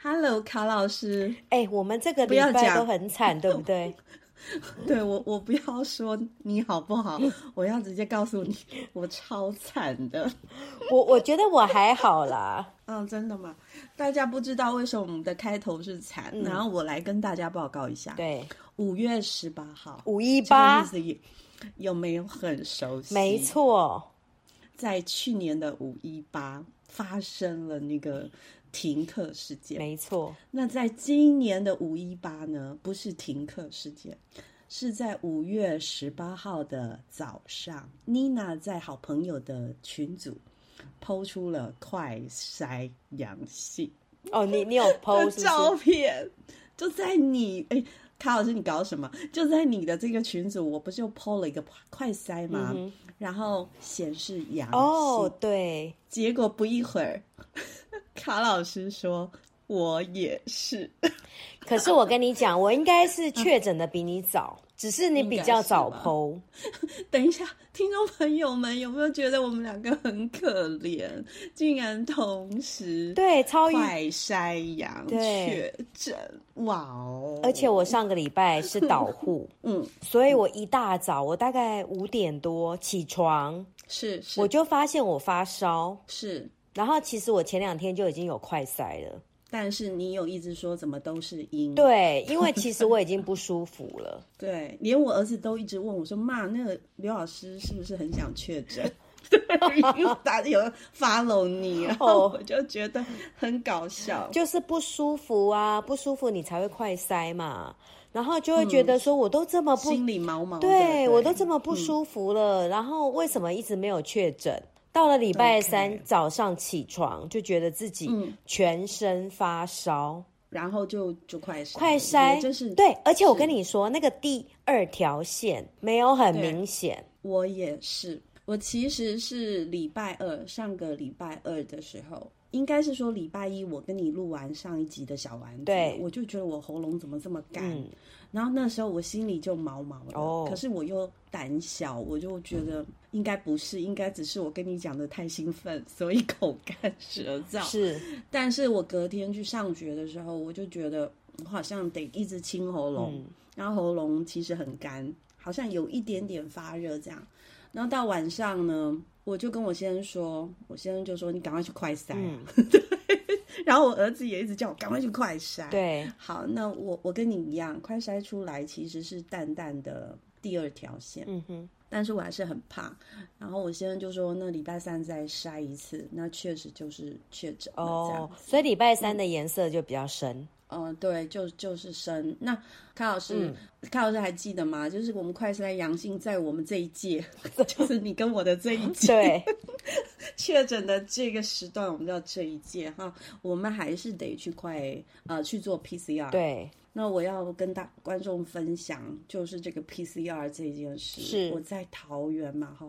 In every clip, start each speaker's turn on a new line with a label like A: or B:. A: Hello，卡老师，
B: 哎、我们这个
A: 不
B: 礼
A: 要
B: 拜
A: 讲
B: 都很惨，对不对？
A: 对我我不要说你好不 好，我要直接告诉你，我超惨的。
B: 我我觉得我还好啦，
A: 嗯，真的吗？大家不知道为什么我们的开头是惨，然后我来跟大家报告一下。，
B: 嗯对，
A: 五月十八号，
B: 五一
A: 这个日
B: 八，
A: 子有有没有很熟悉？
B: 没，错，
A: 在去年的五一八发生了那个停课事件。
B: 没错，
A: 那在今年的五一八呢，不是停课事件，是在五月十八号的早上，妮娜在好朋友的群组抛出了快筛阳性
B: 哦，你你有
A: 的
B: PO 是嗯
A: 照
B: 不是？
A: 片，就在你哎。卡老师，你搞什么？就在你的这个群组，我不是又抛了一个快筛吗？
B: 嗯
A: 然后显示阳性，
B: 哦，对，
A: 结果不一会儿， 卡老师说我也是。
B: 可是我跟你讲，我应该是确诊的比你早，只是你比较早
A: 应该是吧
B: PO。
A: 等一下，听众朋友们有没有觉得我们两个很可怜，竟然同时
B: 对，超预
A: 快筛阳
B: 对
A: 确诊？哇哦！
B: 而且我上个礼拜是导护，
A: 嗯，
B: 所以我一大早，我大概五点多起床，
A: 是是
B: 我就发现我发烧，
A: 是，
B: 然后其实我前两天就已经有快塞了，
A: 但是你有一直说怎么都是阴，
B: 对，因为其实我已经不舒服了，
A: 对，连我儿子都一直问我说：“妈，那个刘老师是不是很想确诊？” 对，因为大家有 follow 你，然后
B: 哦
A: 我就觉得很搞笑。
B: 就是不舒服啊，不舒服你才会快塞嘛，然后就会觉得说我都这么不，
A: 心里毛嗯毛的，嗯
B: 对我都这
A: 么
B: 么不舒服了，然后为什么一直没有确诊？到了礼拜三
A: OK
B: 早上起床就觉得自己
A: 嗯
B: 全身发烧。
A: 然后就就快筛，
B: 快筛，
A: 这是
B: 对，而且我跟
A: 是
B: 你说，那个第二条线没有很
A: 对
B: 明显，
A: 我也是，我其实是礼拜二上个礼拜二的时候，应该是说礼拜一我跟你录完上一集的小丸子，
B: 对
A: 我就觉得我喉咙怎么这么干，
B: 嗯，
A: 然后那时候我心里就毛毛的，
B: 哦
A: 可是我又胆小，我就觉得应该不是，应该只是我跟你讲的太兴奋，所以 口干舌燥。
B: 是，
A: 但是我隔天去上学的时候，我就觉得我好像得一直清喉咙，
B: 嗯
A: 然后喉咙其实很干，好像有一点点发热这样。然后到晚上呢，我就跟我先生说，我先生就说你赶快去快筛、
B: 嗯，
A: 然后我儿子也一直叫我赶快去快筛。，
B: 对，
A: 好，那我我跟你一样，快筛出来其实是淡淡的第二条线。
B: 嗯哼，
A: 但是我还是很怕，然后我先生就说，那礼拜三再筛一次，那确实就是确诊了 这样
B: 哦，所以礼拜三的颜色就比 较深，
A: 嗯，对，就就是生。那卡老师，
B: 嗯
A: 卡老师还记得吗？就是我们快筛阳性在我们这一 届，就是你跟我的这一届
B: 对，
A: 确诊的这个时段，我们叫这一届哈，我们还是得去快呃去做 PCR。，
B: 对，
A: 那我要跟大观众分享，就是这个 PCR 这件事。
B: 是
A: 我在桃园嘛哈，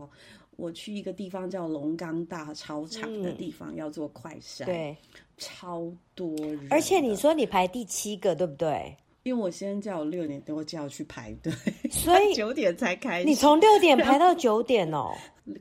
A: 我去一个地方叫龙岗大操场的
B: 嗯
A: 地方、要做快筛，，
B: 对，
A: 超多人，
B: 而且你。说你排第七个，对不对？
A: 因为我先生叫我六点多就要去排队，
B: 所以
A: 嗯 九点才开始，
B: 你从六点排到九 点哦，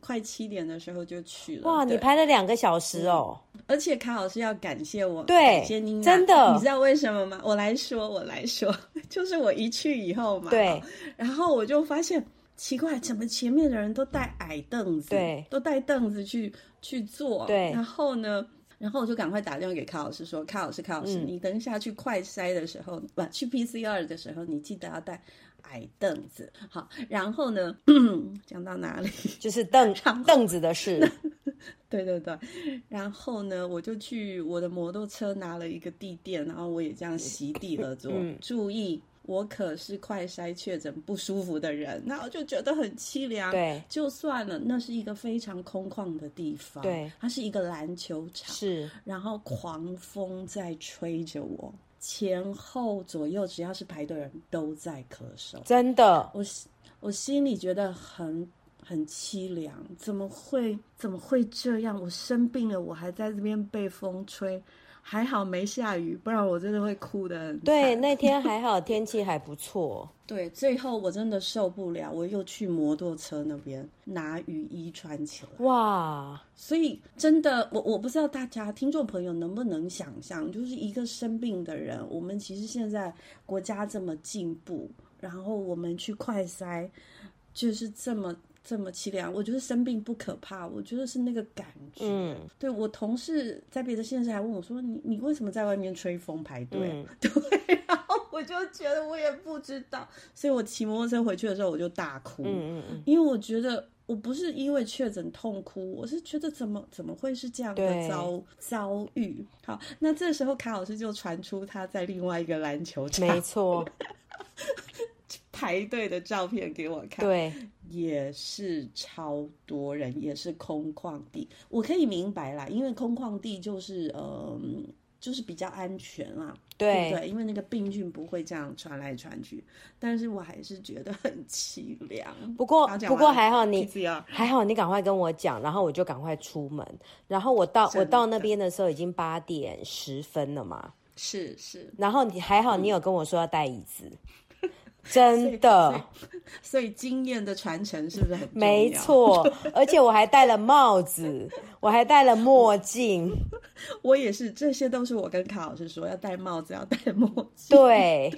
A: 快七点的时候就去了。
B: 哇，你
A: 对，嗯
B: 排了两个小时哦，
A: 而且卡老师要感谢我，
B: 对
A: 感谢妮娜
B: 真的
A: 你知道为什么吗？我来说，我来说， 就是我一去以后嘛，
B: 对，
A: 然后我就发现奇怪，怎么前面的人都带矮凳子，
B: 对，
A: 都带凳子去去坐，
B: 对
A: 然后呢？然后我就赶快打电话给卡老师说：“卡老师，卡老师，
B: 嗯
A: 你等一下去快筛的时候，不、去 PCR 的时候，你记得要带矮凳子。”好，然后呢， 讲到哪里？
B: 就是凳凳子的事，
A: 对对对，然后呢，我就去我的摩托车拿了一个地垫，然后我也这样席 地而坐。
B: 嗯
A: 注意，我可是快筛确诊不舒服的人，那我就觉得很凄凉。，
B: 对，
A: 就算了，那是一个非常空旷的地方，
B: 对，
A: 它是一个篮球场，
B: 是，
A: 然后狂风在吹着我，前后左右只要是排队的人都在咳嗽。
B: 真的，
A: 我心我心里觉得很很凄凉，怎么会怎么会这样？我生病了，我还在这边被风吹，还好没下雨，不然我真的会哭的很惨。
B: 对，那天还好，天气还 不错。
A: 对，最后我真的受不了，我又去摩托车那边拿雨衣穿起来。
B: 哇，
A: 所以真的，我我不知道大家听众朋友能不能想象，就是一个生病的人，我们其实现在国家这么进步，然后我们去快筛，就是这么这么凄凉。我觉得生病不可怕，我觉得是那个感觉。
B: 嗯
A: 对我同事在别的县市还问我说：“你你为什么在外面吹风排队啊？”
B: 嗯，
A: 对，然后 我就觉得我也不知道，所以我骑摩托车回去的时候我就大哭，
B: 嗯嗯 嗯，
A: 因为我觉得我不是因为确诊痛哭，我是觉得怎么怎么会是这样的
B: 对
A: 遭遭遇？好，那这时候卡老师就传出他在另外一个篮球
B: 没
A: 场
B: 错，
A: 排队的照片给我看，
B: 对，
A: 也是超多人，也是空旷地。我可以明白啦，因为空旷地就是呃，就是比较安全啦，对
B: 对
A: 不对？因为那个病菌不会这样传来传去。但是我还是觉得很凄凉。
B: 不过
A: 刚讲
B: 哦不
A: 完
B: 过还好你
A: PCR
B: 还好你赶快跟我讲，然后我就赶快出门。然后我到
A: 真的
B: 我到那边的时候已经八点十分了嘛。
A: 是是，
B: 然后你还好，你有跟我说要带椅子， 真的
A: 所以 经验的传承是不是很重要
B: 没？错。而且我还戴了帽子，我还戴了墨镜，
A: 我也是，这些都是我跟卡老师说要戴帽子，要戴墨镜，
B: 对，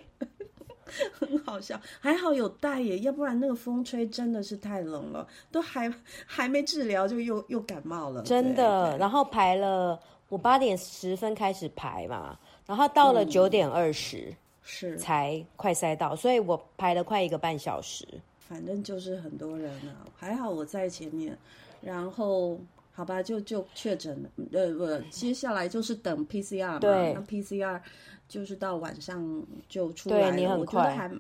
A: 很好笑。还好有戴耶，要不然那个风吹真的是太冷了，都还还没治疗就又又感冒了，对
B: 真的。
A: 对
B: 然后排了，我八点十分开始排嘛，然后到
A: 嗯
B: 了九点二十
A: 是，
B: 才快塞到，所以我排了快一个半小时。
A: 反正就是很多人啊，还好我在前面，然后好吧，就就确诊了，呃不，接下来就是等 PCR 嘛，
B: 对
A: 那 PCR 就是到晚上就出来了，
B: 对你很
A: 我觉得
B: 快
A: 还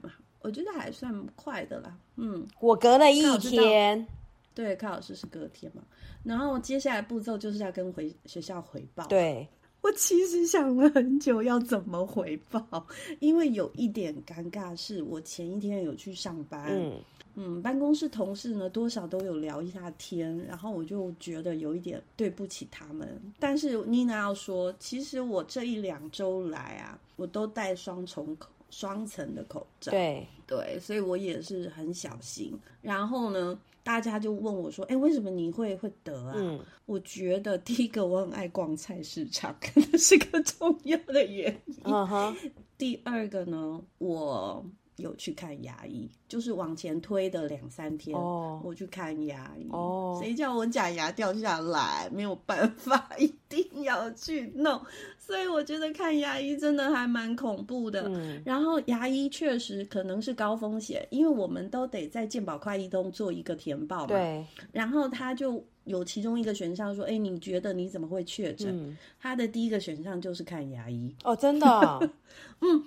A: 我觉得还算快的啦，嗯，
B: 我隔了
A: 那
B: 一
A: 我知道
B: 天，
A: 对，柯老师是隔天嘛，然后接下来步骤就是要跟回学校回报，
B: 对，
A: 我其实想了很久要怎么回报，因为有一点尴尬，是我前一天有去上班，
B: 嗯，
A: 嗯，办公室同事呢，多少都有聊一下天，然后我就觉得有一点对不起他们。但是妮娜要说，其实我这一两周来啊，我都戴双重口、双层的口罩，
B: 对，
A: 对，所以我也是很小心。然后呢，大家就问我说：“哎，为什么你会会得啊？”
B: 嗯，
A: 我觉得第一个我很爱逛菜市场， 可能是个重要的原因。
B: 嗯哼，
A: 第二个呢，我有去看牙医，就是往前推的两三天，
B: 哦
A: 我去看牙医。
B: 哦
A: 谁叫我假牙掉下来，没有办法，一定要去弄。所以我觉得看牙医真的还蛮恐怖的。
B: 嗯，
A: 然后牙医确实可能是高风险，因为我们都得在健保快医通做一个填报嘛。。
B: 对，
A: 然后他就有其中一个选项说：“哎，你觉得你怎么会确诊？”
B: 嗯，
A: 他的第一个选项就是看牙医。
B: 哦，真的 哦，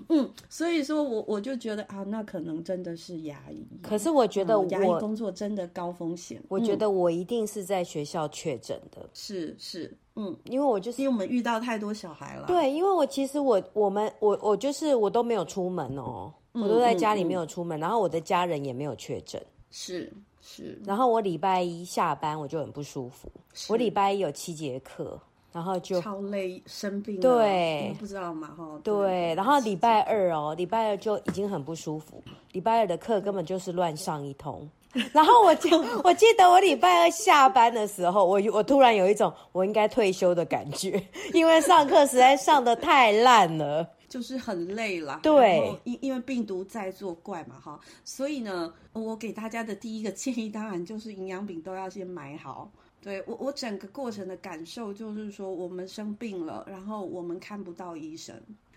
A: 嗯，所以说我我就觉得啊，那可能真的是牙医。
B: 可是我觉得
A: 嗯牙医
B: 我，
A: 工作真的高风险。
B: 我
A: 嗯
B: 觉得我一定是在学校确诊的，
A: 是是，嗯，
B: 因为我就是
A: 因为我们遇到太多小孩了。，
B: 对，因为我其实我我们我我就是我都没有出门哦，
A: 嗯
B: 我都在家里没有出门，然后我的家人也没有确诊，
A: 是是
B: 然后我礼拜一下班我就很不舒服，我礼拜一有七节课，然后就
A: 超累，生病了
B: 对
A: 你们不知道嘛哈。
B: 对，然后礼拜二哦，礼拜二就已经很不舒服，礼拜二的课根本就是乱上一通。 然后我记我记得我礼拜二下班的时候，我我突然有一种我应该退休的感觉， 因为上课实在上的太烂了。
A: 就是很累了。
B: 对
A: 然后因因为病毒在作怪嘛哈，所以呢，我给大家的第一个建议，当然就是营养品都要先买好。对我，我整个过程的感受就是说，我们生病了，然后我们看不到医生，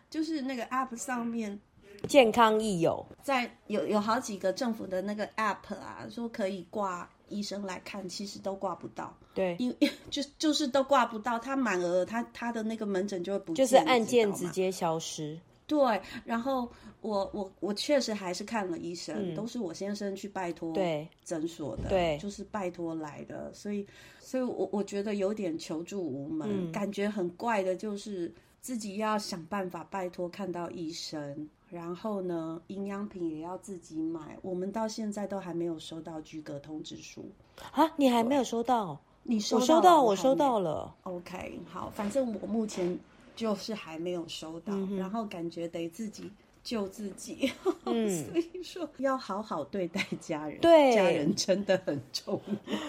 A: 就是那个 app 上面
B: 健康益友，
A: 在有有好几个政府的那个 app 啊，说可以挂医生来看，其实都挂不到，
B: 对，
A: 因 为就就是都挂不到，他满额，他他的那个门诊就会不
B: 就
A: 就是
B: 按键直接消失。
A: 对，然后我我我确实还是看了医生，都是我先生去拜托
B: 嗯对
A: 诊所的，
B: 对
A: 就是拜托来的，所以所以我我觉得有点求助无门，
B: 嗯
A: 感觉很怪的，就是自己要想办法拜托看到医生，然后呢，营养品也要自己买，我们到现在都还没有收到居格通知书，
B: 啊，你还没有收到？
A: 你收
B: 我收
A: 到了
B: 到，我
A: 还
B: 收
A: 没
B: 到了。
A: OK，好，反正我目前就是还没有收到，
B: 嗯
A: 然后感觉得自己救自己。 所
B: 嗯
A: 以说要好好对待家人，
B: 对
A: 家人真的很重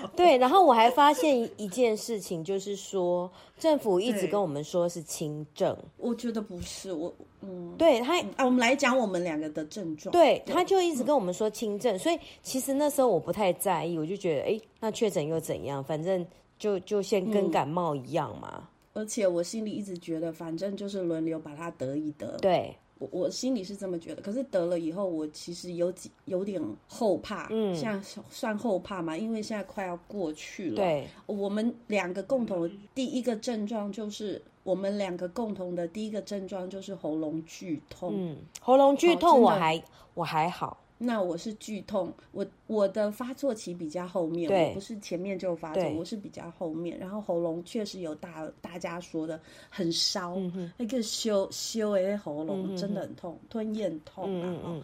A: 要。
B: 对，然后我还发现一一件事情，就是说政府一直
A: 对
B: 跟我们说是轻症，
A: 我觉得不是我，嗯，
B: 对他
A: 啊，我们来讲我们两个的症状。
B: 对，他就
A: 嗯
B: 一直跟我们说轻症，所以其实那时候我不太在意，我就觉得，哎，那确诊又怎样？反正就就先
A: 嗯
B: 跟感冒一样嘛。
A: 而且我心里一直觉得，反正就是轮流把它得一得。
B: 对，
A: 我我心里是这么觉得。可是得了以后，我其实有几有点后怕，嗯，现在算后怕嘛，因为现在快要过去了。
B: 对，
A: 我们两个共同的第一个症状就是，我们两个共同的第一个症状就是喉咙剧痛。
B: 嗯，喉咙剧痛
A: 真
B: 我
A: 的
B: 还我还好，
A: 那我是剧痛，我我的发作期比较后面，
B: 对
A: 我不是前面就发作，
B: 对
A: 我是比较后面。然后喉咙确实有大大家说的很烧，
B: 嗯
A: 那个修修诶喉咙真的很痛，吞咽痛啊。
B: 嗯嗯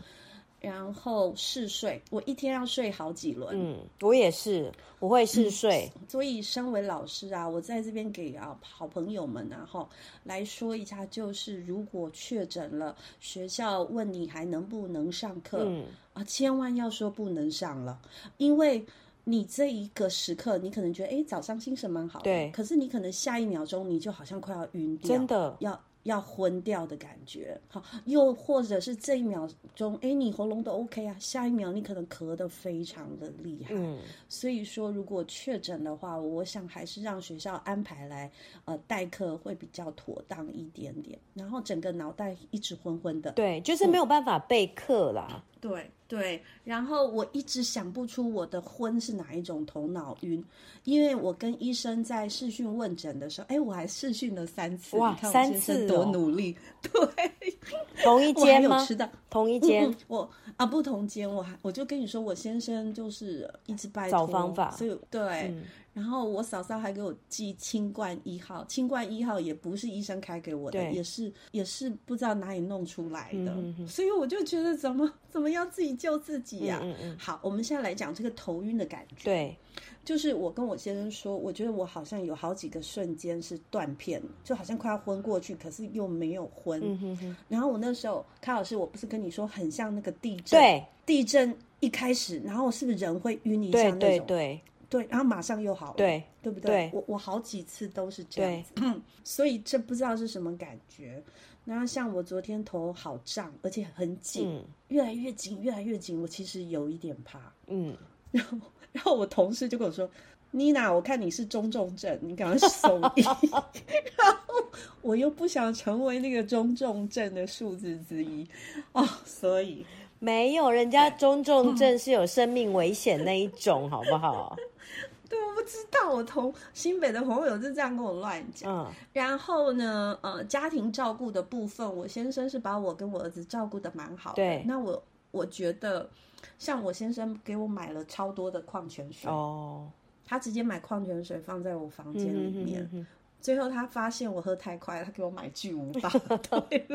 A: 然后嗜睡，我一天要睡好几轮。
B: 嗯，我也是，我会
A: 嗯
B: 嗜睡，
A: 所以，身为老师啊，我在这边给啊好朋友们啊哈来说一下，就是如果确诊了，学校问你还能不能上课，
B: 嗯
A: 啊，千万要说不能上了，因为。你这一个时刻，你可能觉得，哎，早上精神蛮好的，
B: 对
A: 可是你可能下一秒钟，你就好像快要晕掉，
B: 真的
A: 要要昏掉的感觉。好，又或者是这一秒钟，哎，你喉咙都 OK 啊，下一秒你可能咳得非常的厉害。
B: 嗯，
A: 所以说，如果确诊的话，我想还是让学校安排来呃代课会比较妥当一点点。然后整个脑袋一直昏昏的，
B: 对，就是没有办法备课啦。
A: 对对，然后我一直想不出我的昏是哪一种头脑晕，因为我跟医生在视讯问诊的时候，哎，我还视讯了三次，
B: 哇
A: 你看我
B: 三
A: 先生
B: 次
A: 多
B: 哦
A: 努力，
B: 同一
A: 我还
B: 间
A: 有
B: 吗
A: 吃？到。
B: 同一间，
A: 嗯我啊不同间，我还我就跟你说，我先生就是一直拜托
B: 找方法嗯
A: 所以对、然后我嫂嫂还给我寄清冠一号，清冠一号也不是医生开给我的，
B: 对
A: 也是也是不知道哪里弄出来的，
B: 嗯哼哼
A: 所以我就觉得怎么怎么要自己救自己呀、
B: 嗯嗯嗯
A: 好，我们现在来讲这个头晕的感觉。
B: 对，
A: 就是我跟我先生说，我觉得我好像有好几个瞬间是断片，就好像快要昏过去，可是又没有昏。
B: 嗯哼哼，
A: 然后我那时候，卡老师，我不是跟你说很像那个地震？，
B: 对
A: 地震一开始，然后是不是人会晕一下
B: 对
A: 那种？
B: 对对
A: 对然后马上又好了，
B: 对
A: 对不
B: 对
A: 我我好几次都是这样子，所以这不知道是什么感觉。然后像我昨天头好胀，而且很紧，
B: 嗯
A: 越来越紧，越来越紧，我其实有一点怕。
B: 嗯，
A: 然后我同事就跟我说：“妮娜，我看你是中重症，你赶快送医。”然后我又不想成为那个中重症的数字之一哦，所以
B: 没有，人家中重症是有生命危险那一种，好 不好？
A: 对，我不知道，我同新北的朋友就这样跟我乱讲。
B: 嗯，
A: 然后呢，呃，家庭照顾的部分，我先生是把我跟我儿子照顾的蛮好的。
B: 对
A: 那我我觉得，像我先生给我买了超多的矿泉水，
B: 哦，
A: 他直接买矿泉水放在我房间里
B: 嗯
A: 面。
B: 哼哼
A: 最后他发现我喝太快了，他给我买巨无 霸，对，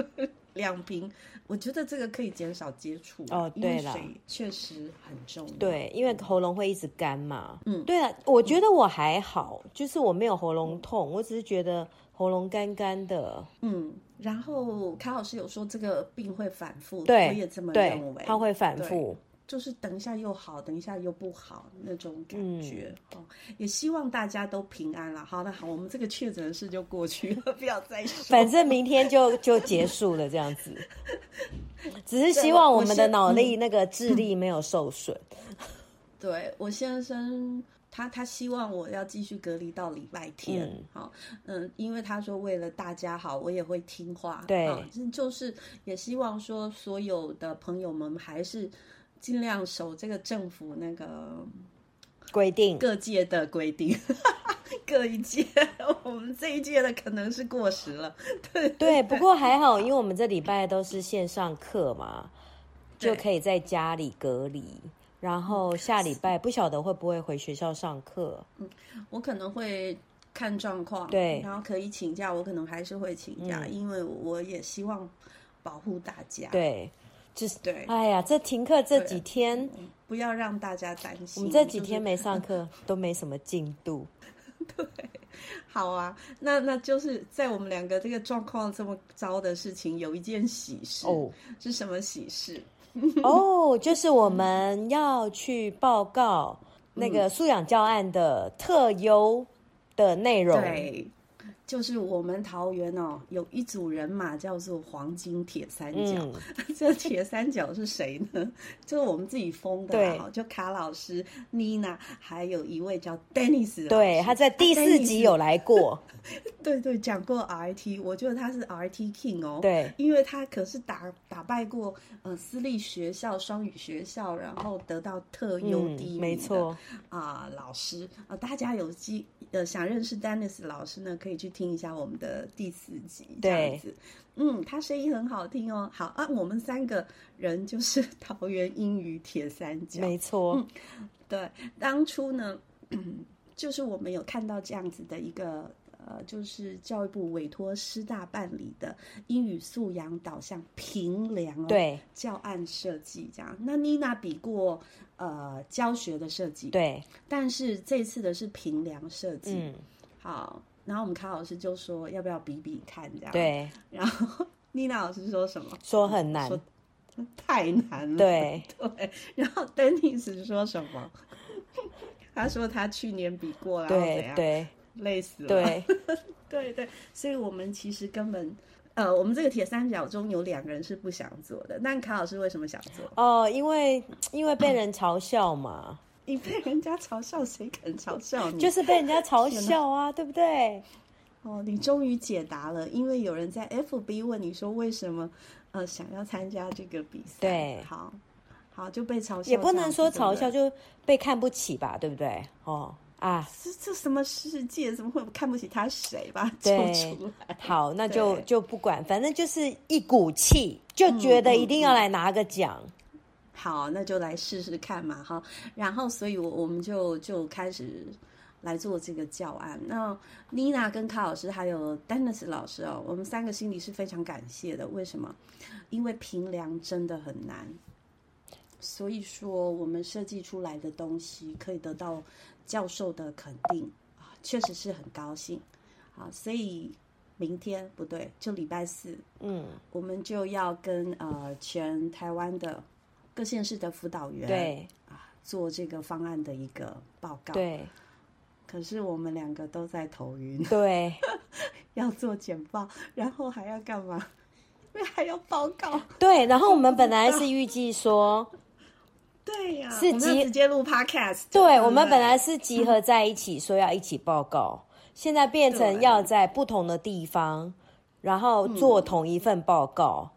A: 两瓶。我觉得这个可以减少接触啊
B: 哦
A: 因为
B: 对啦
A: 水确实很重要。，
B: 对，因为喉咙会一直干嘛。嗯，对啊，我觉得我还好，
A: 嗯
B: 就是我没有喉咙痛，我只是觉得喉咙干干的。
A: 嗯。然后卡老师有说这个病会反复，
B: 对，
A: 我也这么
B: 对
A: 认为。
B: 它会反
A: 对
B: 复。
A: 就是等一下又好，等一下又不好那种感觉、
B: 嗯
A: 哦。也希望大家都平安了。好的，好，我们这个确诊的事就过去了，不要再说。
B: 反正明天就就结束了，这样 子。只是希
A: 对
B: 望
A: 我
B: 我
A: 我嗯
B: 们的
A: 先
B: 脑力、那个智力没有受损。
A: 对我先生，他他希望我要继续隔离到礼拜天。
B: 嗯
A: 好，嗯，因为他说为了大家好，我也会听话。
B: 对
A: 好就是也希望说所有的朋友们还是尽量守这个政府那个
B: 规定
A: 各界的规定。 各一届， 我们这一届的可能是过时了。对
B: 对，不过还好，因为我们这礼拜都是线上课嘛，就
A: 对嗯
B: 可以在家里隔离。然后下礼拜不晓得会不会回学校上
A: 啊
B: 课。
A: 我可能会看状况，
B: 对嗯
A: 然后可以请假，我可能还是会请假，因为我也希望保护大家。
B: 对，就是
A: 对
B: 哎呀，这停课这几天，
A: 不要让大家担心。
B: 我们这几天没上课，都没什么进度。
A: 好啊，那那就是在我们两个这个状况这么糟的事情，有一件喜事
B: 哦
A: 是什么喜事？
B: 哦，就是我们要去报告那
A: 嗯
B: 个素养教案的特优的内容。
A: 对，就是我们桃园哦，有一组人马叫做黄金铁三角。
B: 嗯
A: 这铁三角是谁呢？就是我们自己封的啦
B: 对
A: 哈，就卡老师、妮娜，还有一位叫 Dennis 的。
B: 对，他在第四集有来过。
A: 对对，讲过 RT，我觉得他是 RT King 哦。。
B: 对，
A: 因为他可是打打败过呃私立学校、双语学校，然后得到特优哦第一名、
B: 嗯，没错，
A: 啊、老师啊、呃大家有机呃想认识 Dennis 老师呢，可以去听一下我们的第四集，这
B: 对
A: 样子。嗯，他声音很好听哦。好啊，我们三个人就是桃园英语铁三角。
B: 没错。
A: 嗯对，当初呢， 就是我们有看到这样子的一个呃，就是教育部委托师大办理的英语素养导向评量哦，
B: 对
A: 教案设计这样。那妮娜比过呃教学的设计，
B: 对，
A: 但是这次的是评量设计。
B: 嗯，
A: 好，然后我们卡老师就说要不要比比看这样，，
B: 对，
A: 然后 妮娜老师说什么？
B: 说很难，
A: 说太难了，
B: 对，
A: 对，然后 Dennis 说什么？ 他说他去年比过了，然后怎
B: 对
A: 样，
B: 对
A: 累死了。
B: 对
A: 对对，所以我们其实根本，呃，我们这个铁三角中有两个人是不想做的。但卡老师为什么想做？
B: 哦，因为因为被人嘲笑嘛，
A: 你被人家嘲笑，谁肯嘲笑你？
B: 就是被 人家嘲笑啊，对不对？
A: 哦，你终于解答了，因为有人在 FB 问你说为什么，呃，想要参加这个比赛。
B: 对
A: 好，好就被嘲笑这样子，
B: 也不能说
A: 对不
B: 嘲
A: 对
B: 笑，就被看不起吧，对不对？哦啊，
A: 这这什么世界？怎么会看不起他谁吧？救
B: 对
A: 出来！
B: 好，那就
A: 对嗯
B: 就不管，反正就是一股气，就觉得一定要来拿个奖。
A: 好，那就来试试看嘛，哈。然后，所以我我们就就开始来做这个教案。那妮娜跟卡老师还有丹 e 斯老师哦，我们三个心里是非常感谢的。为什么？因为评量真的很难，所以说我们设计出来的东西可以得到教授的肯定啊，确实是很高兴啊。所以明天不对，就礼拜四，
B: 嗯，
A: 我们就要跟呃全台湾的各县市的辅导员
B: 对
A: 啊做这个方案的一个报告。
B: 对
A: 可是我们两个都在头晕，
B: 对，
A: 要做简报，然后还要干嘛？ 因为还要报告。
B: 对，然后我们本 来是预计说，
A: 对呀、
B: 是
A: 我们
B: 急
A: 要直接录 podcast 对不对。
B: 对我们本来是集合在一起，说要一起报告，现在变成
A: 对
B: 要在不同的地方，然后做同一份报告。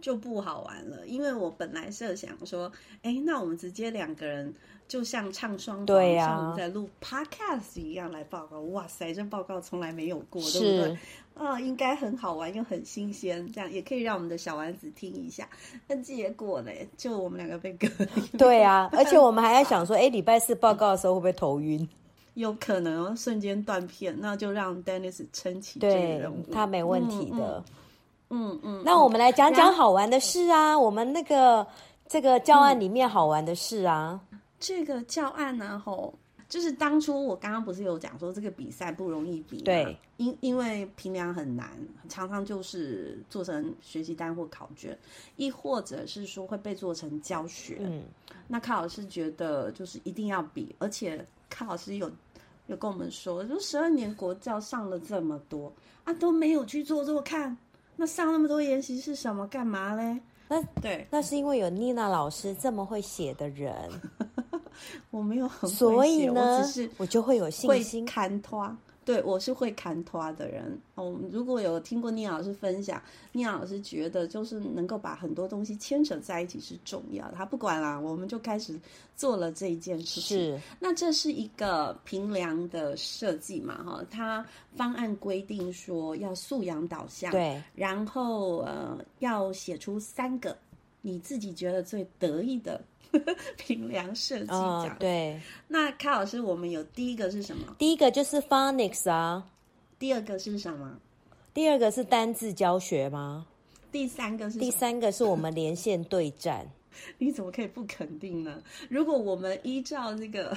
A: 就不好玩了，因为我本来设想说，哎，那我们直接两个人就像唱双簧，
B: 对呀
A: 像我们在录 podcast 一样来报告。哇塞，这报告从来没有过，对不对
B: 是？，
A: 啊、应该很好玩又很新鲜，这样也可以让我们的小丸子听一下。那结果呢，就我们两个被隔离，
B: 对啊，而且我们还在想说，哎，礼拜四报告的时候会不会头晕？
A: 有可能哦瞬间断片，那就让 Dennis 撑起这个
B: 对
A: 任务。，
B: 他没问题的。
A: 嗯嗯，
B: 那我们来讲
A: 然
B: 讲好玩的事啊，我们那个这个教案里面好玩的事啊，
A: 这个教案呢，吼，就是当初我刚刚不是有讲说这个比赛不容易比嘛，
B: 对，
A: 因因为评量很难，常常就是做成学习单或考卷，亦或者是说会被做成教学。
B: 嗯，
A: 那卡老师觉得就是一定要比，而且卡老师有有跟我们说，就十二年国教上了这么多啊，都没有去做做看，那上那么多研习是什么干嘛嘞？
B: 那
A: 对
B: 那是因为有妮娜老师这么会写的人，
A: 我没有 很会
B: 所以
A: 写
B: 呢
A: 我只是，
B: 我就会有信
A: 会
B: 心。
A: 砍拖。对，我是会砍拖的人。哦，如果有听过聂老师分享，聂老师觉得就是能够把很多东西牵扯在一起是重要的。他不管啦，我们就开始做了这一件事情。
B: 是，
A: 那这是一个平量的设计嘛，哈，它方案规定说要素养导向，，
B: 对，
A: 然后呃要写出三个你自己觉得最得意的 平量设计这
B: 啊、
A: 样。
B: 对。
A: 那卡老师，我们有第一个是什么？
B: 第一个就是 phonics 啊，
A: 第二个是什么？
B: 第二个是单字教学吗？
A: 第三个是
B: 第
A: 什么？
B: 三个是我们连线对战，
A: 你怎么可以不 肯定呢？如果我们依照那个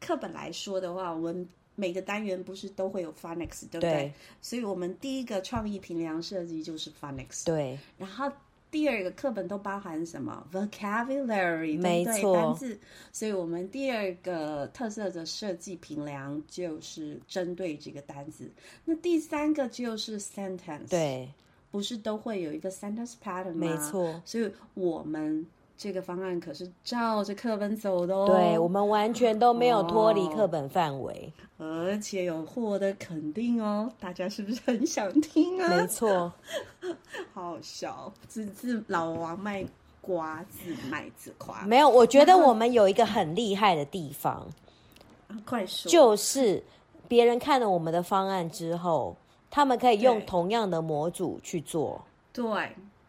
A: 课本来说的话，我们每个单元不是都会有 phonics，对不对？
B: 对
A: 所以我们第一个创意评量设计就是 phonics，
B: 对，
A: 然后第二个课本都包含什么 vocabulary，对不
B: 没
A: 对
B: 错
A: 单字。所以我们第二个特色的设计评量就是针对这个单字。那第三个就是 sentence，，
B: 对，
A: 不是都会有一个 sentence pattern 吗？
B: 没。错。
A: 所以我们这个方案可是照着课本走的哦。
B: 对我们完全都没有脱离
A: 哦
B: 课本范 围，
A: 而且有获得肯定哦，大家是不是很想听
B: 没
A: 啊？
B: 错，
A: 好笑，自自老王卖瓜，自卖自夸。
B: 没有。我觉得我们有一个很厉害的地方，
A: 啊快说，
B: 就是别人看了我们的方案之后，他们可以用
A: 对
B: 同样的模组去做。
A: 对，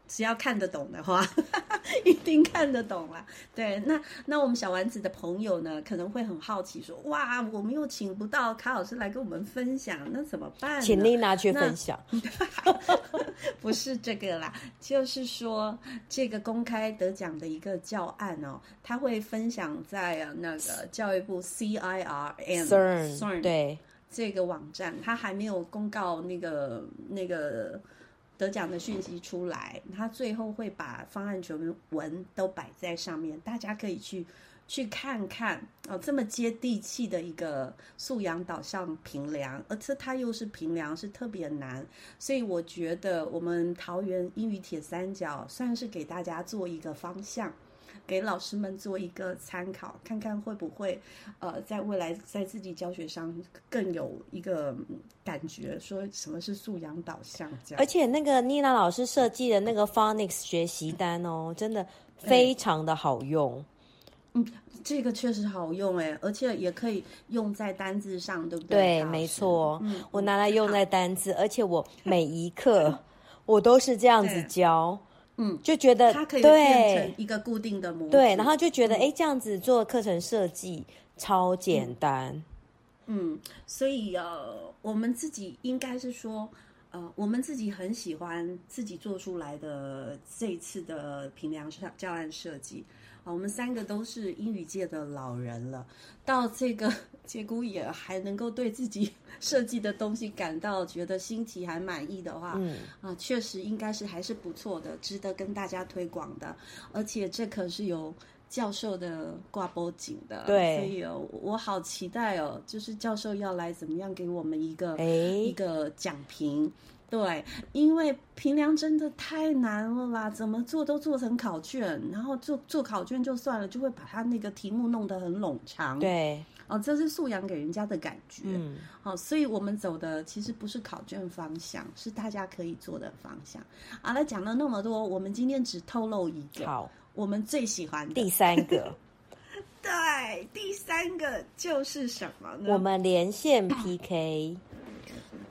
A: 只要看得懂的话， 一定看得懂啦。对，那那我们小丸子的朋友呢，可能会很好奇说，哇，我们又请不到卡老师来跟我们分享，那怎么办呢？
B: 请丽娜去
A: 嗯那
B: 分享，
A: 不是这个啦，就是说这个公开得奖的一个教案哦，他会分享在呃那个教育部 CIRM
B: CERN，
A: CERN
B: 对
A: 这个网站，他还没有公告那个那个得奖的讯息出来，他最后会把方案全文都摆在上面，大家可以去去看看哦，这么接地气的一个素养导向评量，而且它又是评量是特别难，所以我觉得我们桃园英语铁三角算是给大家做一个方向。给老师们做一个参考，看看会不会呃，在未来在自己教学上更有一个嗯感觉，说什么是素养导向这样
B: 而。且那个妮娜老师设计的那个 Phonics 学习单哦，真的非常的好用。
A: 嗯这个确实好用哎，而且也可以用在单字上，对不对
B: 对，
A: 老师
B: 没错，
A: 嗯，
B: 我拿来用在单字，而且我每一课 我都是这样子
A: 对
B: 教，
A: 嗯，
B: 就觉得
A: 它可以变
B: 对
A: 成嗯一个固定的模
B: 对，
A: 组
B: 然后就觉得哎，这样子做课程设计超简单，
A: 嗯，所以呃，我们自己应该是说，呃，我们自己很喜欢自己做出来的这一次的评量上教案设计啊、我们三个都是英语界的老人了，到这个节骨眼还能够对自己设计的东西感到觉得新奇还满意的话，
B: 嗯，
A: 啊，确实应该是还是不错的，值得跟大家推广的。而且这可是有教授的挂脖颈的，
B: 对
A: 所以、哦、我好期待哦，就是教授要来怎么样给我们一个啊一
B: 哎，
A: 个奖评。对，因为评量真的太难了啦，怎么做都做成考卷，然后做做考卷就算了，就会把他那个题目弄得很冗长。，
B: 对，
A: 哦，这是素养给人家的感觉。
B: 嗯，
A: 好，所以我们走的其实不是考卷方向，是大家可以做的方向。好了，讲了那么多，我们今天只透露一个，
B: 好，
A: 我们最喜欢的。
B: 第三个，
A: 嗯对，第三个就是什么呢？
B: 我们连线 PK，
A: 嗯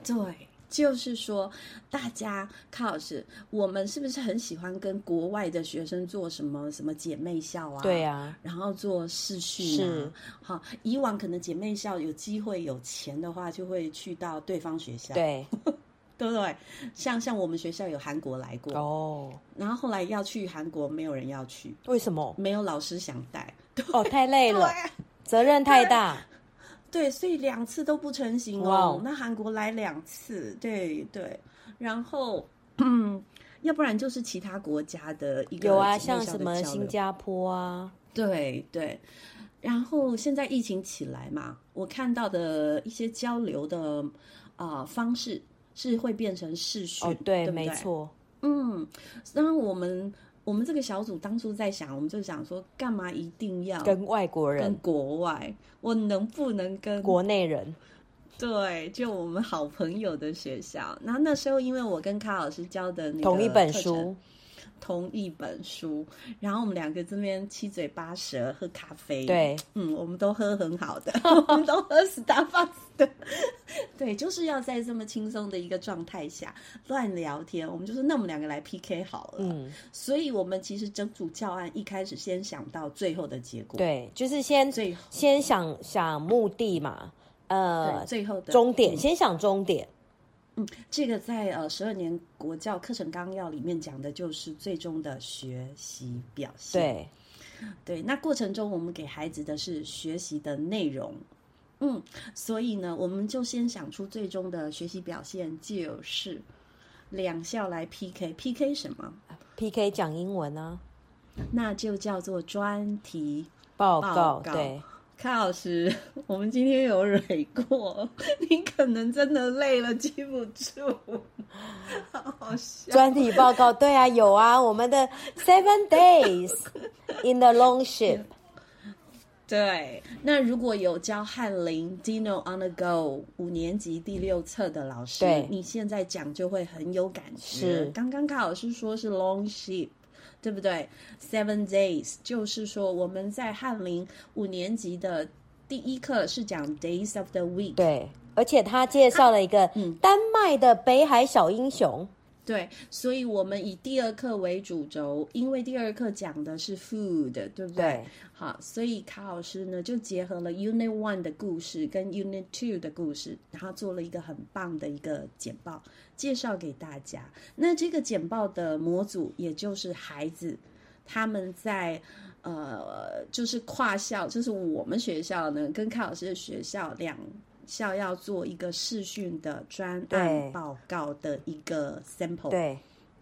A: 对，就是说，大家看老师，我们是不是很喜欢跟国外的学生做什么什么姐妹校啊？
B: 对啊，
A: 然后做视讯啊，好，以往可能姐妹校有机会有钱的话，就会去到对方学校，
B: 对，
A: 对不对？像像我们学校有韩国来过，
B: 哦，
A: 然后后来要去韩国，没有人要去，
B: 为什么？
A: 没有老师想带。
B: 哦，太 累了，责任太大，
A: 对，所以两次都不成型
B: 哇
A: 哦
B: 哦。
A: 那韩国来两次，对对，然后嗯，要不然就是其他国家的一个
B: 有啊，
A: 姐妹
B: 像
A: 校
B: 什
A: 的
B: 么
A: 交流
B: 新加坡啊，
A: 对对，然后现在疫情起来嘛，我看到的一些交流的啊、呃方式是会变成视讯，
B: 哦，
A: 对，
B: 没。错，
A: 嗯，当然我们我们这个小组当初在想，我们就想说，干嘛一定要
B: 跟外国
A: 跟
B: 人、
A: 国外？我能不能跟
B: 国内人，
A: 对，就我们好朋友的学校？那那时候因为我跟卡老师教的那个
B: 同一本
A: 课程
B: 书，
A: 同一本书，然后我们两个这边七嘴八舌喝咖啡，
B: 对，
A: 嗯，我们都喝很好的， 我们都喝 Starbucks 的，对，就是要在这么轻松的一个状态下乱聊天，我们就说那我们两个来 PK 好了，
B: 嗯，
A: 所以我们其实整组教案一开始先想到最后的结果，，
B: 对，就是先
A: 最后
B: 先想想目的嘛，呃
A: 对，嗯最后的
B: 终点，先想终点，
A: 这个在呃十二年国教课程纲要里面讲的就是最终的学习表现，
B: 对，
A: 对，那过程中我们给孩子的是学习的内容，嗯，所以呢，我们就先想出最终的学习表现，就是两校来 PK。PK 什么？
B: PK 讲英文啊，
A: 那就叫做专题
B: 报
A: 报
B: 告对，
A: 看老师， 我们今天有蕊过，你可能真的累了，记不住，好好笑。
B: 专题报告 对啊，有啊，我们的 Seven Days in the Long Ship，
A: 对，那如果有教翰林 Dino on the Go 五年级第六册的老师
B: 对，
A: 你现在讲就会很有感觉。
B: 是
A: 刚刚卡老师说是 long sheep。对不对？Seven days 就是说我们在翰林五年级的第一课是讲 days of the week，
B: 对，而且他介绍了一个
A: 嗯
B: 丹麦的北海小英雄，
A: 对，所以我们以第二课为主轴，因为第二课讲的是 food，对不对？
B: 对
A: 好，所以卡老师呢就结合了 Unit One 的故事跟 Unit Two 的故事，然后做了一个很棒的一个简报，介绍给大家。那这个简报的模组，也就是孩子他们在呃，就是跨校，就是我们学校呢跟卡老师的学校两。校要做一个视讯的专案
B: 对
A: 报告的一个 sample，
B: 对，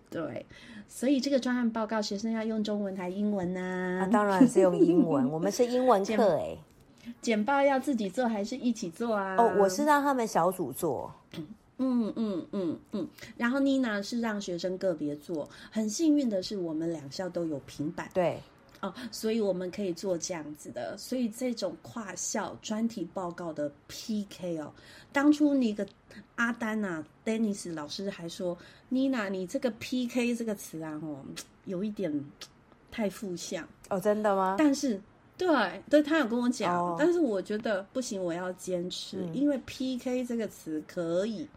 A: 对，所以这个专案报告学生要用中文还英文呢、
B: 啊，当然是用英文，我们是英文课哎、
A: 简报要自己做还是一起做啊？
B: 哦，我是让他们小组做，
A: 嗯嗯嗯嗯，然后妮娜是让学生个别做。很幸运的是，我们两校都有平板
B: 对，
A: 哦，所以我们可以做这样子的。所以这种跨校专题报告的 PK 哦，当初那个阿丹呐、d e n n i s 老师还说，妮娜你这个 PK 这个词啊，哦，有一点太负向。
B: 哦，真的吗？
A: 但是，对，对他有跟我讲，
B: 哦嗯
A: 但是我觉得不行，我要坚持，因为 PK 这个词可以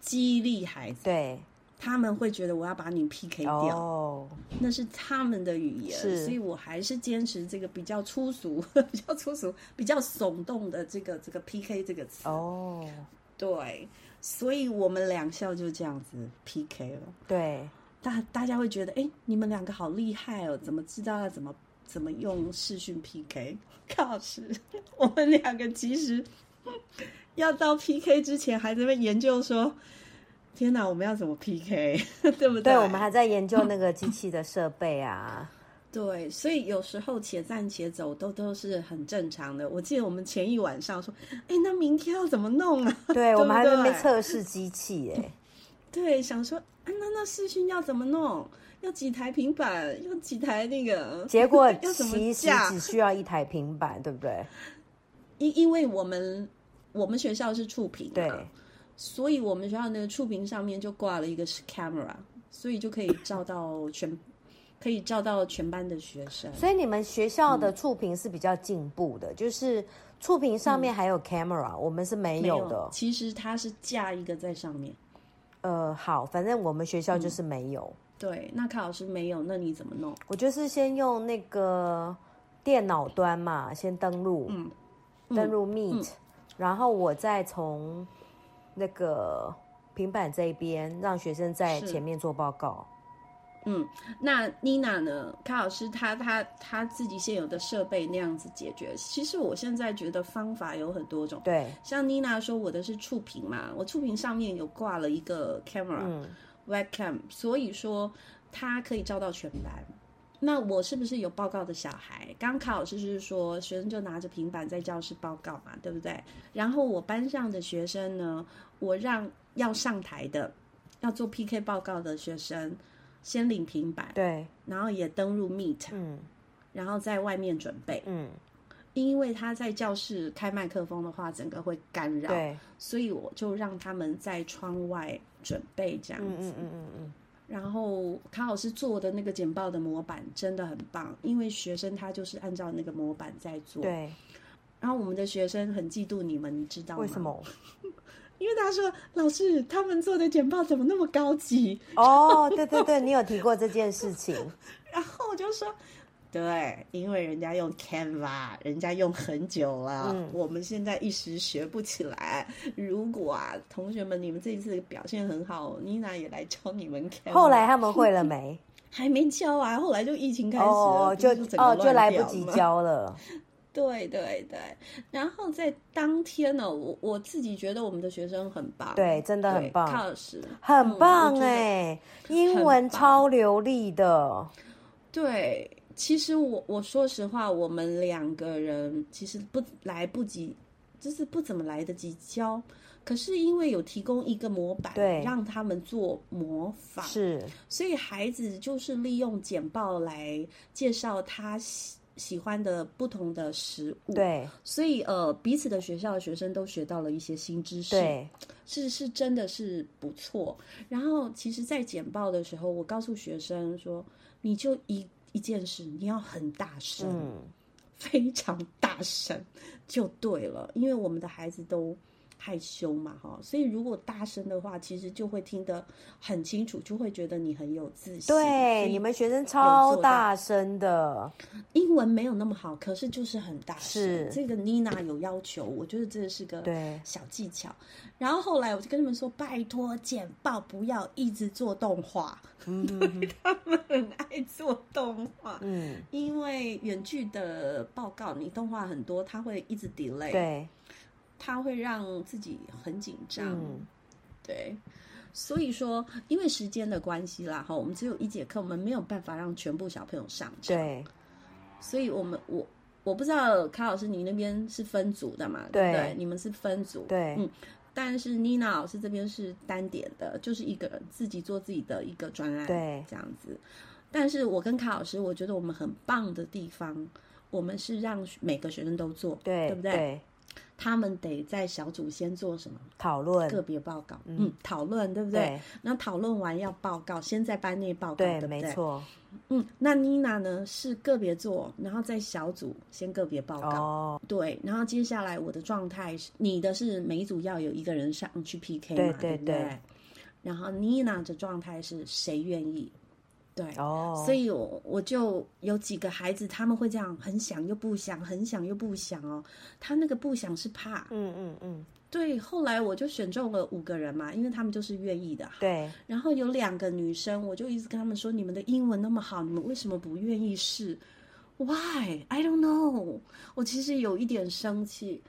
A: 激励孩子，
B: 对，
A: 他们会觉得我要把你 PK 掉，
B: 哦，
A: 那是他们的语言，
B: 是
A: 所以我还是坚持这个比较粗俗、 比较粗俗、比较耸动的这个这个 PK 这个词。
B: 哦，
A: 对，所以我们两校就这样子 PK 了。
B: 对，
A: 大大家会觉得，哎、你们两个好厉害哦，怎么知道要怎么怎么用视讯 PK？卡 老师，我们两个其实 要到 PK 之前，还在那边研究说，天哪，我们要怎么 PK，对 不对？
B: 对，我们还在研究那个机器的设备啊，
A: 对，所以有时候且战且走都都是很正常的。我记得我们前一晚上说，哎、那明天要怎么弄啊？
B: 对，我们还在那边
A: 对
B: 测试机器哎、
A: 对，想说，啊，那那视讯要怎么弄？要几台平板？要几台那个？
B: 结果
A: 要怎么
B: 其实
A: 架
B: 只需要一台平板，对不对？
A: 因因为我们我们学校是触屏、
B: 对，
A: 啊，所以我们学校那个触屏上面就挂了一个是 camera，所以就可以照到全，可以照到全班的学生。
B: 所以你们学校的触屏是比较进步的，就是触屏上面还有 camera，、我们是没有的。
A: 其实它是架一个在上面。
B: 呃，好，反正我们学校就是没有。
A: 对，那卡老师没有，那你怎么弄？
B: 我就是先用那个电脑端嘛，先登录，
A: 嗯
B: 登录 Meet，、然后我再从那个平板这边让学生在
A: 是
B: 前面做报告。
A: 那妮娜呢？卡老师她她她自己现有的设备那样子解决。其实我现在觉得方法有很多种，
B: 对，
A: 像妮娜说我的是触屏嘛，我触屏上面有挂了一个 camera，、
B: 嗯，
A: webcam，所以说它可以照到全班。那我是不是有报告的小孩？刚刚卡老师是说，学生就拿着平板在教室报告嘛，对不对？然后我班上的学生呢，我让要上台的、要做 PK 报告的学生先领平板，
B: 对，
A: 然后也登入 Meet，
B: 嗯
A: 然后在外面准备，
B: 嗯，
A: 因为他在教室开麦克风的话，整个会干扰，
B: 对，
A: 所以我就让他们在窗外准备这样
B: 嗯
A: 子。
B: 嗯嗯嗯嗯，
A: 然后卡老师做的那个简报的模板真的很棒，因为学生他就是按照那个模板在做。
B: 对，
A: 然后我们的学生很嫉妒你们，你知道吗？
B: 为什？么？
A: 因为他说老师他们做的简报怎么那么高级？
B: 哦，对对对，你有提过这件事 情，
A: 然后我就说。对，因为人家用 Canva，人家用很久了，
B: 嗯
A: 我们现在一时学不起来。如果啊，同学们，你们这一次表现很好，妮娜也来教你们 Canva。
B: 后来他们会了没？
A: 还没教啊，后来就疫情开始了
B: 哦，
A: 不
B: 就是
A: 整个
B: 哦，
A: 乱
B: 就来不
A: 掉
B: 及
A: 吗
B: 交了。
A: 对对对，然后在当天呢、我我自己觉得我们的学生很棒，
B: 对真的很
A: 对
B: 棒
A: 靠实
B: 很棒
A: 嗯我觉得
B: 哎、英文超流利的，
A: 对，其实我我说实话，我们两个人其实不来不及，就是不怎么来得及教。可是因为有提供一个模板，
B: 对
A: 让他们做模仿，
B: 是
A: 所以孩子就是利用简报来介绍他喜喜欢的不同的食物。，
B: 对
A: 所以呃，彼此的学校的学生都学到了一些新知识。
B: 对
A: 是是真的是不错。然后其实，在简报的时候，我告诉学生说，你就一一件事，你要很大声，
B: 嗯
A: 非常大声就对了，因为我们的孩子都。害羞嘛，哈，所以如果大声的话，其实就会听得很清楚，就会觉得你很有自信。所
B: 对，
A: 以
B: 你们学生超
A: 做到
B: 大声的，
A: 英文没有那么好，可是就是很大声。
B: 是
A: 这个妮娜有要求，我觉得这是个
B: 对
A: 小技巧。然后后来我就跟他们说，拜托简报不要一直做动画，
B: 嗯
A: 很爱做动画，
B: 嗯，
A: 因为远距的报告你动画很多，它会一直 delay，，
B: 对，
A: 它会让自己很紧张，
B: 嗯
A: 对。所以说，因为时间的关系啦，哈，我们只有一节课，我们没有办法让全部小朋友上场。
B: 对
A: 所以我们我我不知道卡老师你那边是分组的嘛？
B: 对
A: 对不对，你们是分组。
B: 对
A: 嗯，但是妮娜老师这边是单点的，就是一个人自己做自己的一个专案，
B: 对
A: 这样子。但是我跟卡老师，我觉得我们很棒的地方，我们是让每个学生都做，
B: 对
A: 对不对？他们得在小组先做什么
B: 讨论
A: 个别报告，嗯，讨论，对不对？
B: 对
A: 那讨论完要报告，先在班内报告，
B: 对
A: 对不
B: 没
A: 对？
B: 错
A: 嗯，那妮娜呢是个别做，然后在小组先个别报告，
B: 哦，
A: 对，然后接下来我的状态是你的是每一组要有一个人上去 PK 嘛，
B: 对对
A: 不
B: 对
A: 然后妮娜的状态是谁愿意，对，
B: 哦，
A: 所以我我就有几个孩子他们会这样，很想又不想，很想又不想哦，他那个不想是怕，
B: 嗯嗯嗯，
A: 对，后来我就选中了五个人嘛，因为他们就是愿意的，
B: 对
A: 然后有两个女生，我就一直跟她们说：“你们的英文那么好，你们为什么不愿意试？Why? I don't know。”我其实有一点生气，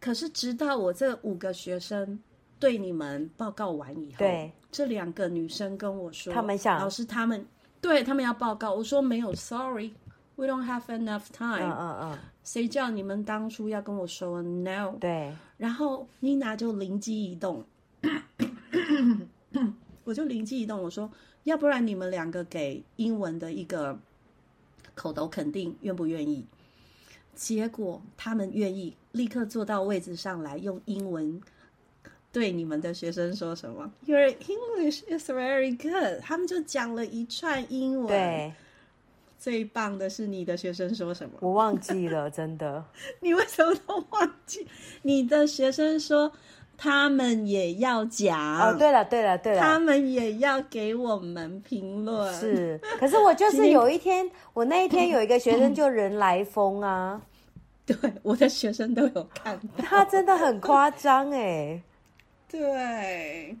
A: 可是直到我这五个学生对你们报告完以后，
B: 对，
A: 这两个女生跟我说：“
B: 她们想
A: 老师，他们对他们要报告。”我说：“没有，Sorry。” We don't have enough
B: 嗯
A: time、
B: 嗯 嗯，
A: 谁叫你们当初要跟我说 no？
B: 对
A: 然后妮娜就灵机一动， 我就灵机一动，我说，要不然你们两个给英文的一个口头肯定，愿不愿意？结果他们愿意，立刻坐到位置上来，用英文对你们的学生说什么？Your English is very good。他们就讲了一串英文。
B: 对，
A: 最棒的是你的学生说什么？
B: 我忘记了，真的，
A: 你为什么都忘记？你的学生说他们也要讲，
B: 哦，对了对了对了，
A: 他们也要给我们评论。，
B: 是，可是我就是有一天，我那一天有一个学生就人来疯啊，
A: 对，我的学生都有看到。
B: 他真的很夸张哎，
A: 对，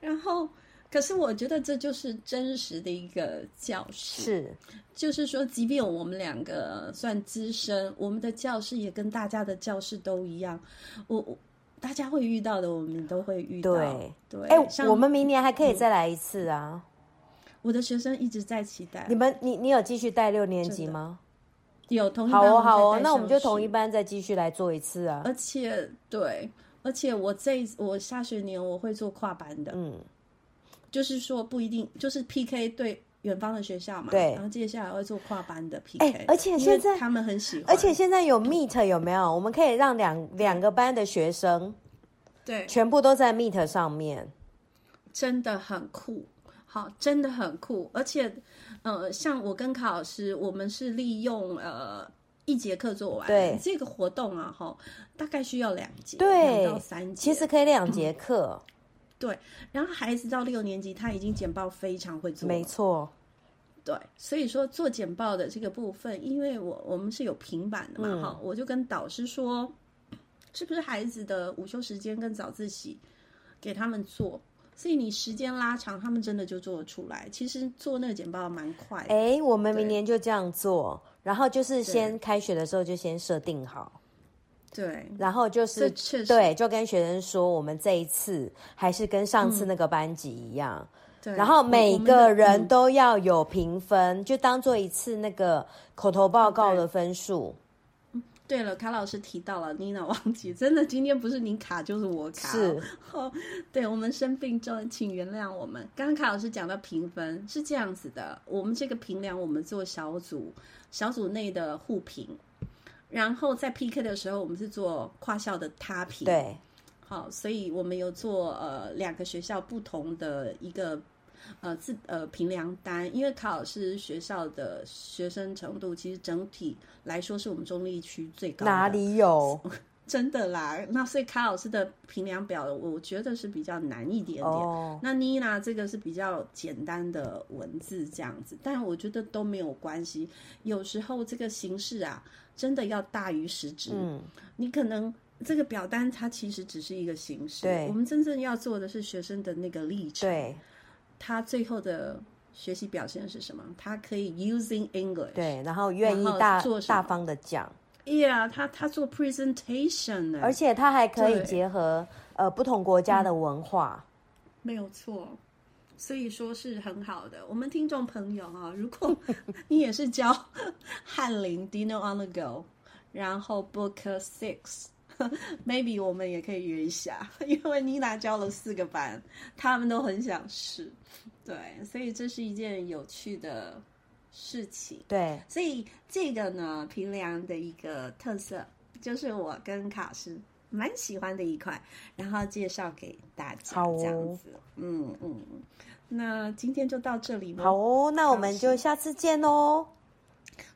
A: 然后。可是我觉得这就是真实的一个教室，
B: 是
A: 就是说，即便我们两个算资深，我们的教室也跟大家的教室都一样，我我大家会遇到的，我们都会遇到。
B: 对
A: 对，
B: 哎、
A: 像
B: 我们明年还可以再来一次啊！
A: 我的学生一直在期待
B: 你们你你有继续带六年级
A: 真的
B: 吗？
A: 有同一
B: 好
A: 班
B: 哦
A: 我们
B: 好哦
A: 再，带
B: 那我们就
A: 上
B: 同一
A: 去。
B: 班再继续来做一次啊。
A: 而且对，而且我这一我下学年我会做跨班的，
B: 嗯，
A: 就是说不一定就是 PK 对远方的学校嘛，
B: 对
A: 然后接下来会做跨班的 PK，、
B: 哎而且
A: 因为
B: 现在
A: 他们很喜欢，
B: 而且现在有 Meet 有没有？我们可以让两两个班的学生
A: 对，
B: 全部都在 Meet 上面。
A: 真的很酷。好，真的很酷，而且，呃，像我跟卡老师，我们是利用呃一节课做完，
B: 对
A: 这个活动啊，哈，大概需要两节，
B: 对
A: 两到三节，
B: 其实可以两节课，
A: 对，然后孩子到六年级，他已经简报非常会做了，
B: 没错，
A: 对，所以说做简报的这个部分，因为我我们是有平板的嘛，哈、我就跟导师说，是不是孩子的午休时间跟早自习给他们做？所以你时间拉长，他们真的就做得出来。其实做那个简报蛮
B: 哎
A: 快的，
B: 哎，我们明年就这样做，然后就是先开学的时候就先设定好。
A: 对，
B: 然后就
A: 这
B: 是
A: 确实
B: 对，就跟学生说，我们这一次还是跟上次那个班级一样，
A: 嗯对
B: 然后
A: 我
B: 每
A: 我们
B: 个
A: 的
B: 人
A: 嗯
B: 都要有评分，就当做一次那个口头报告
A: 对
B: 的分数。
A: 对了，卡老师提到了妮娜忘记，真的今天不是您卡就是我卡哦、
B: 是
A: 哦。对我们生病就请原谅我们。刚刚卡老师讲到评分是这样子的，我们这个评量我们做小组，小组内的互评，然后在 PK 的时候我们是做跨校的他评，
B: 对，
A: 好，所以我们有做呃两个学校不同的一个呃自呃评量单，因为卡老师学校的学生程度其实整体来说是我们中立区最高的，
B: 哪里有？
A: 真的啦。那所以卡老师的评量表，我觉得是比较难一点点。
B: 哦
A: 那妮娜这个是比较简单的文字这样子，但我觉得都没有关系。有时候这个形式啊，真的要大于实质。
B: 嗯，
A: 你可能这个表单它其实只是一个形式，
B: 对
A: 我们真正要做的是学生的那个历程，
B: 对
A: 他最后的学习表现是什么？他可以 using English，
B: 对，然后愿意
A: 然后
B: 大
A: 做什
B: 大
A: 么
B: 方的讲，
A: ，Yeah，他他做 presentation 呢，
B: 而且它还可以
A: 对嗯
B: 结合呃不同国家的文化。
A: 没有错。所以说是很好的，我们听众朋友啊，如果 你也是教翰林 Dino on the go，然后 Book Six。maybe 我们也可以约一下，因为妮娜教了四个班，他们都很想试，对，所以这是一件有趣的事情。
B: 对，
A: 所以这个呢，平凉的一个特色，就是我跟卡师蛮喜欢的一块，然后介绍给大家
B: 好哦
A: 这样子。嗯嗯，那今天就到这里吗？
B: 好，哦，那我们就下次见哦。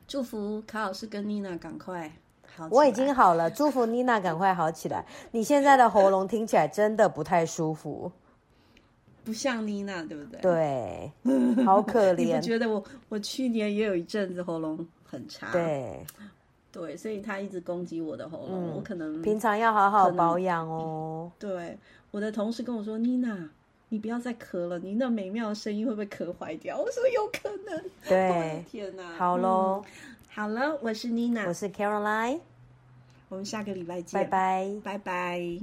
A: 祝福卡老师跟妮娜赶快好起来。
B: 我已经好了，祝福妮娜赶快好起来。你现在的喉咙听起来真的不太舒服，
A: 不像妮娜，对不 对？。
B: 对，好可
A: 你不
B: 怜。
A: 觉得我我去年也有一阵子喉咙很差，
B: 对，
A: 对所以他一直攻击我的喉咙，
B: 嗯
A: 我可能
B: 平常要好好
A: 可能
B: 保养哦。
A: 对我的同事跟我说：“妮娜，你不要再咳了，你那美妙的声音会不会咳坏掉？”我说：“有可能。”我 的
B: 对，
A: 天哪！
B: 好喽，
A: 嗯，好哎了，我是妮娜
B: 我，是 Caroline，
A: 嗯我们下个礼拜见，
B: 拜，拜。
A: 拜拜。